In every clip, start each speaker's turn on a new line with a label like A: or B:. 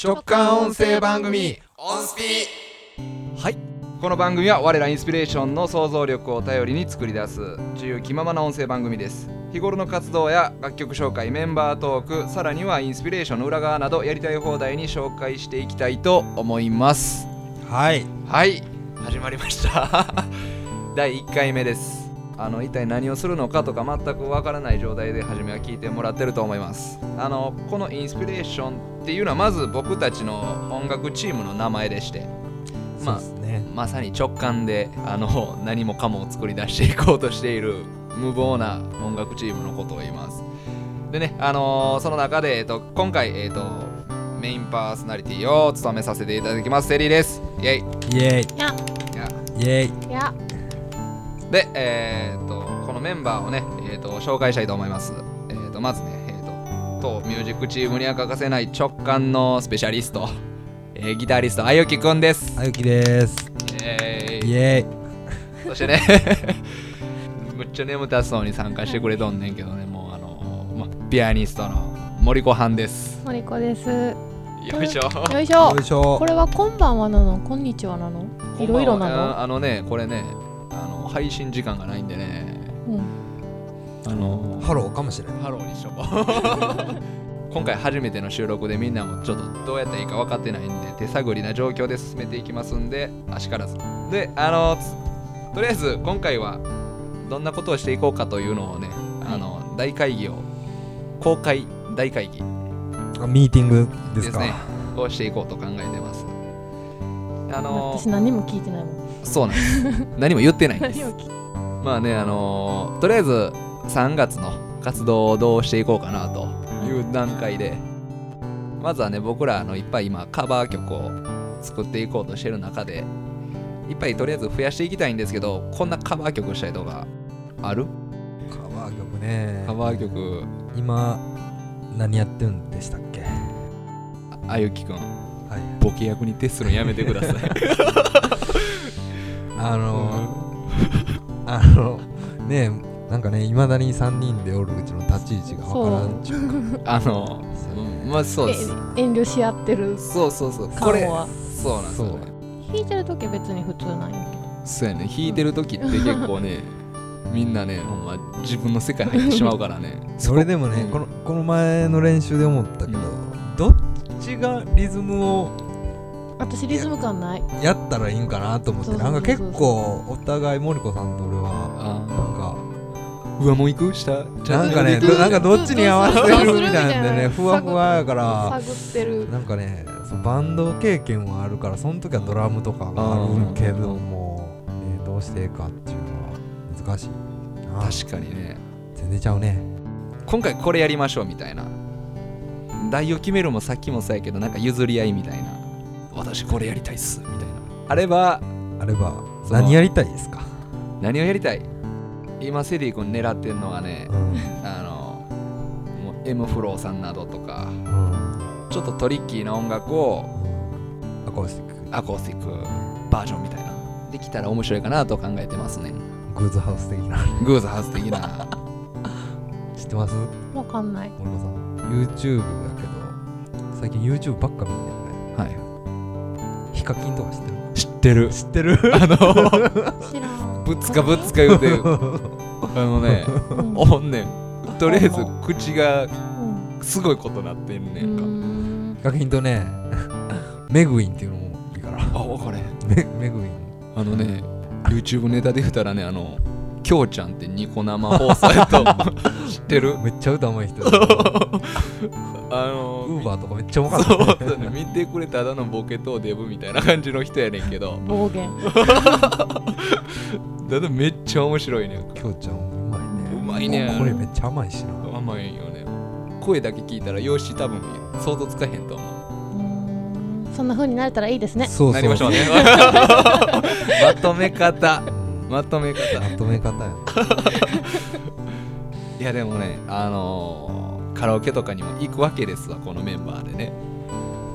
A: 直感音声番組
B: オンスピ
A: はいこの番組は我らインスピレーションの想像力を頼りに作り出す自由気ままな音声番組です日頃の活動や楽曲紹介メンバートークさらにはインスピレーションの裏側などやりたい放題に紹介していきたいと思います
B: はい
A: はい始まりました 第1回目ですあの一体何をするのかとか全くわからない状態で初めは聞いてもらってると思いますあのこのインスピレーションっていうのはまず僕たちの音楽チームの名前でしてまあ
B: そうですね
A: まさに直感であの何もかもを作り出していこうとしている無謀な音楽チームのことを言います。でね、あのーその中で、えっと今回、えっとメインパーソナリティを務めさせていただきます、セリーです。イェイ
B: イエイ
A: い
C: や
A: や
B: イエイ
C: や
A: で、えーっとこのメンバーをね、えーっと紹介したいと思います。えーっとまずね、えーっと当ミュージックチームには欠かせない直感のスペシャリスト、えーギタリスト、あゆきくんです。
B: あゆきです
A: イエーイ
B: イエ
A: そしてね、 むっちゃ眠たそうに参加してくれとんねんけどね、もうあの、ま、ピアニストの森子はんです。
C: 森子ですよ
A: よいしょ。
C: いし
B: イ
C: ょ
B: よいしょ
C: これはこんばんはなのこんにちはなのいろいろな
A: ああのね、これね、あの配信時間がないんでね、
C: のうん
A: あの、
B: ハローかもしれない
A: ハローにしとこ う。今回初めての収録でみんなもちょっとどうやったらいいか分かってないんで手探りな状況で進めていきますんで足からずであのつとりあえず今回はどんなことをしていこうかというのをね、あの大会議を公開大会議
B: あミーティングです
A: です
B: か
A: ねをしていこうと考えてますあの
C: 私何も聞いてないも ん
A: そうなんです何も言ってないんです
C: 何を聞い
A: まあねあのーとりあえず3月の活動をどうしていこうかなという段階でまずはね僕らあのいっぱい今カバー曲を作っていこうとしてる中でいっぱいとりあえず増やしていきたいんですけどこんなカバー曲したいとかある
B: カバー曲ね
A: カバー曲
B: 今何やってるんでしたっけは
A: ああゆきくん
B: い
A: ボケ役に徹するのやめてください
B: あのあのねなんかねいまだに3人でおるうちの立ち位置がわからんっちゅうか
A: あのうんまあそうです
C: て 遠慮し合ってる
A: そうそうそう
C: 顔
A: これ
C: は
A: そうなんですよね
C: 弾いてる時は別に普通なんやけど
A: そうやね弾いてる時って結構 ねみんなねほんま自分の世界入ってしまうからね
B: それでもね、
A: うん
B: このこの前の練習で思ったけど、
A: う
B: どっちがリズムを
C: 私リズム感ない
B: やったらいいんかなと思って
C: そうそう
B: な
C: そ
B: ん
C: うそう
B: か結構お互い森子さんと俺は
A: あ
B: なんか
A: ーうわもう行く下じゃあ
B: なんかね
A: どう
B: どなんかどっちに合わせるみたいなんでね
C: どうするみたいな
B: ふわふわやから
C: 探ってる
B: なんかねそうバンド経験はあるからその時はドラムとかがあるけども、ね、どうしていいかっていうのは難しいな
A: 確かにね
B: 全然ちゃうね
A: 今回これやりましょうみたいな代を決めるもさっきもそうやけどなんか譲り合いみたいな私これやりたいっすみたいなあれば
B: あれば
A: そう
B: 何やりたいですか、
A: 何をやりたい今セディ君狙ってんのはね
B: うん
A: あのもう M フローさんなどとか
B: うん
A: ちょっとトリッキーな音楽を
B: アコースティック
A: アコースティックバージョンみたいなできたら面白いかなと考えてますね
B: グーズハウス的な
A: グーズハウス 的な
B: 知ってます
C: わかんない
B: 森子さん YouTube やけど最近 YouTube ばっか見んねんね
A: は
B: ヒカキンとか知ってる
A: い知ってる
B: 知ってる
A: あの
C: 知らん
A: ぶっつかぶっつか言うてあのね
C: うん
A: おんねんとりあえず口が
C: うん
A: すごいことなってんねんか、
C: うん
B: ヒカキンとねメグウィンっていうのもいいから
A: あ分かれへん
B: メメグウィン
A: あのね YouTube ネタで言うたらねあのきょうちゃんってニコ生放送やと 知ってる
B: めっちゃ歌うま い人ウー
A: あの
B: バーとかめっちゃうまかった
A: そうだね見てくれただのボケとデブみたいな感じの人やねんけど
C: 暴言
A: だってめっちゃ面白いねんか
B: きょうちゃんうまいね
A: うまいね
B: ここれめっちゃ甘いしな
A: 甘いよね声だけ聞いたら容姿多分想像つかへんと思
C: うんそんな風になれたらいいですね
B: そうう
A: な
B: そ
A: り
B: う
A: ま しょうねまとめ方
B: うんま
A: まとめ方
B: とめ方やね
A: いやでもねあのーカラオケとかにも行くわけですわこのメンバーでね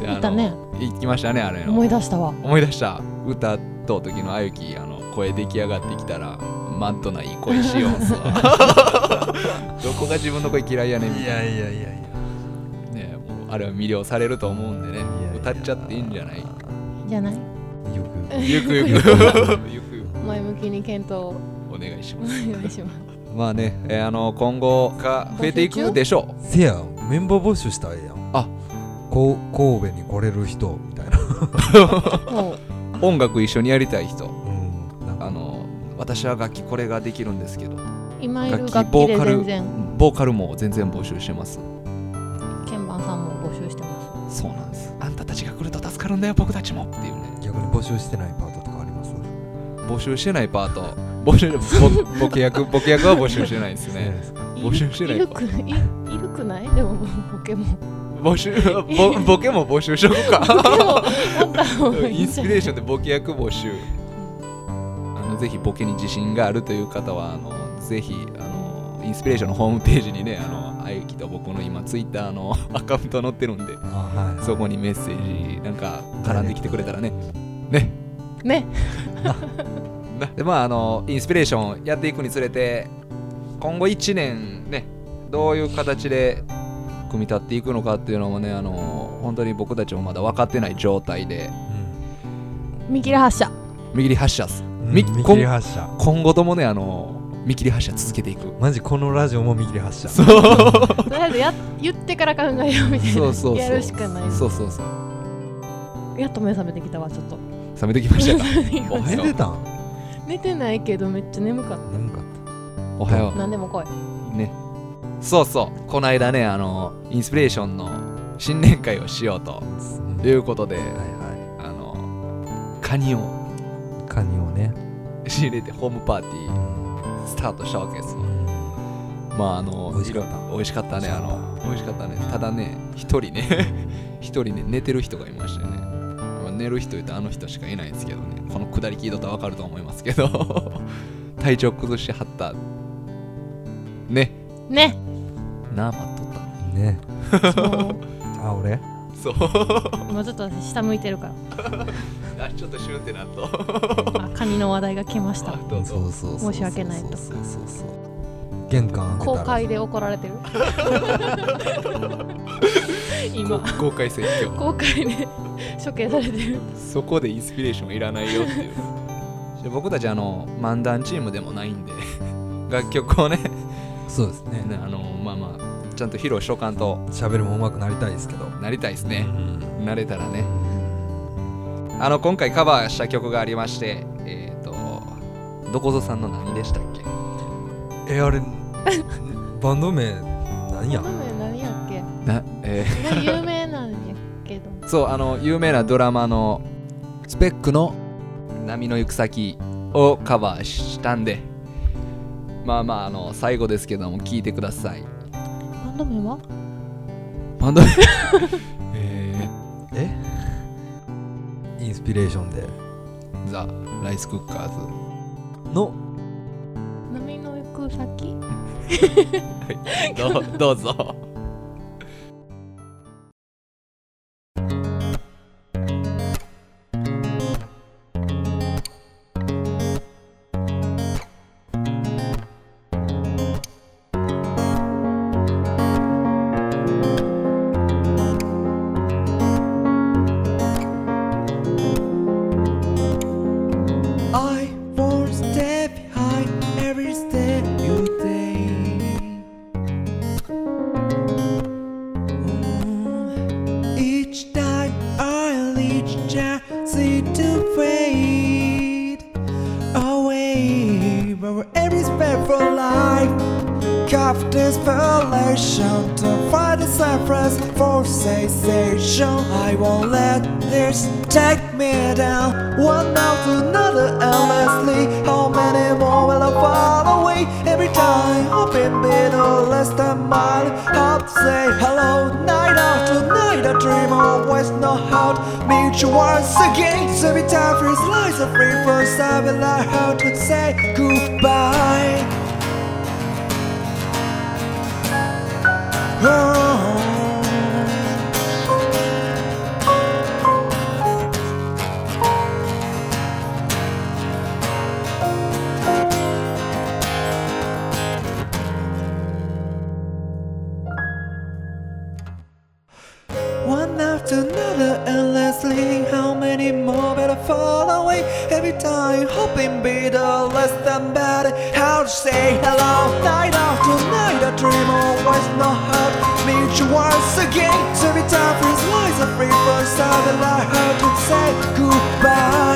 A: であの
C: 行ったね
A: 行きましたねあれの
C: 思い出したわ
A: 思い出した歌っとう時のあゆきあの声出来上がってきたらマッドないい声しよう さどこが自分の声嫌いやねんみたい
B: いやいやいや
A: なねもうあれは魅了されると思うんでね
B: いやいや
A: 歌っちゃっていいんじゃない
C: じゃない
B: よく
A: ゆくゆくゆくゆく
C: 前向きに検討を
A: お願いし
C: お
A: ます
C: 願いします
A: まあね、えーあの今後が増えていくでしょう
B: せやメンバー募集したらええやん
A: あ
B: こ神戸に来れる人みたいな
C: もう
A: 音楽一緒にやりたい人
B: うんなんか
A: あの私は楽器これができるんですけど
C: 今いる
A: 楽器
C: 楽
A: ボ
C: 器
A: ー
C: で
A: カル
C: 全然
A: ボーカルも全然募集してます
C: 鍵盤さんも募集してま
A: そうなんですあんたたちが来ると助かるんだよ僕たちもっていうね
B: 逆に募集してないパートとかありますね
A: 募集してないパート募集ぼ ボケ役ボケ役は募集してないです ね
C: す
A: 募集してない
C: いるくいいるく ないでもボケも
A: 募集ぼボケも募集しとくか
C: でもあった方がい
A: イ
C: い
A: ン
C: んじ
A: ス
C: ゃ
A: ピ
C: ない
A: レーションでボケ役募集あのぜひボケに自信があるという方はあのぜひあのインスピレーションのホームページにねあのあゆきと僕の今ツイッターの アカウント載ってるんで
B: あはい
A: そこにメッセージなんか絡んできてくれたらねね
C: ね
A: なでまああのインスピレーションやっていくにつれて今後1年ねどういう形で組み立っていくのかっていうのもねあの本当に僕たちもまだ分かってない状態で
C: 見切り発車
A: 見切り発車っす
B: うん
A: み
B: 見切り発車
A: 今後ともねあの見切り発車続けていく
B: マジこのラジオも見切り発車
A: そう
C: とりあえずや言ってから考えようみたいな
A: そうそうそう
C: やるしかない
A: そうそうそう
C: やっと目覚めてきたわちょっと
A: 冷めてきましたか お は
B: 寝
A: よ
B: て
A: う
B: たん
C: 寝てないけどめっちゃ眠かっ
B: 眠かった
A: おはよ
C: た何でも来いう
A: ねそうそうこの間ねあのインスピレーションの新年会をしようと
B: うん
A: いうことで
B: はいは
A: あのカニを
B: いカニをね
A: 仕入れてホームパーテ
B: う
A: ィ
B: ん
A: ースタートしたわけですよ
B: うん
A: まああの
B: 美味しかった
A: いろいろ美味しかったねあの美
B: 美
A: 味しかったねただね一人ね 一人ね寝てる人がいましたよねまあ寝る人言うとあの人しかいないんですけどねこの下り聞いとったらわかると思いますけど 体調崩してはったね
C: ね
A: なあ待っとったね
B: ね
C: も
B: あ俺
A: そう あ
C: うもうちょっと私下向いてるから
A: ちょっとシュンってなっと
C: あカニの話題が来ました
A: あどうぞ
B: そうそうそう
C: 申し訳ないと
B: そうそうそう玄関開け
C: 公
B: たら
C: 開で怒られてる 今
A: こ公開説教
C: 公開で処刑されて る
A: そこでインスピレーションいらないよっていうで僕たちあの漫談チームでもないんで 楽曲をね
B: そうですね
A: ねあのまあまあちゃんと披露しとかんと
B: 喋るも上手くなりたいですけど
A: なりたいです
B: う
A: ね
B: ん
A: なれたらねあの今回カバーした曲がありましてえっ、とどこぞさんの何でしたっけ
B: えあれバンド名なんや
C: この前何やっけ
A: な、え
C: が有名なんやけ
A: ー
C: ど
A: そうあの有名なドラマのスペックの「波の行く先」をカバーしたんでまあまああの最後ですけども聞いてください
C: バンド名は
A: バンド え
B: えインスピレーションで
A: ーザ・ライスクッカー
B: の
C: 波の行く先
A: ズどうどうぞ
D: I won't stay behind every step you take. Mm, Each time I reach, just to fade away. But every step for life, craft inspiration to find the surface for sensation. I won't let this take me down. One after another, endlessly. How many more will I fall away? Every time I've been middle less than mile. Up, say hello, night after night. I dream always know how to meet you once again. So every time for slice of free first, I will I how to say goodbye. Oh. to another endlessly. How many more better fall away every time? Hoping be the less than bad. How to say hello? Night out tonight, I dream always not hurt. Meet you once again. So every time feels lies a free for sound, and I heard to say goodbye. Oh,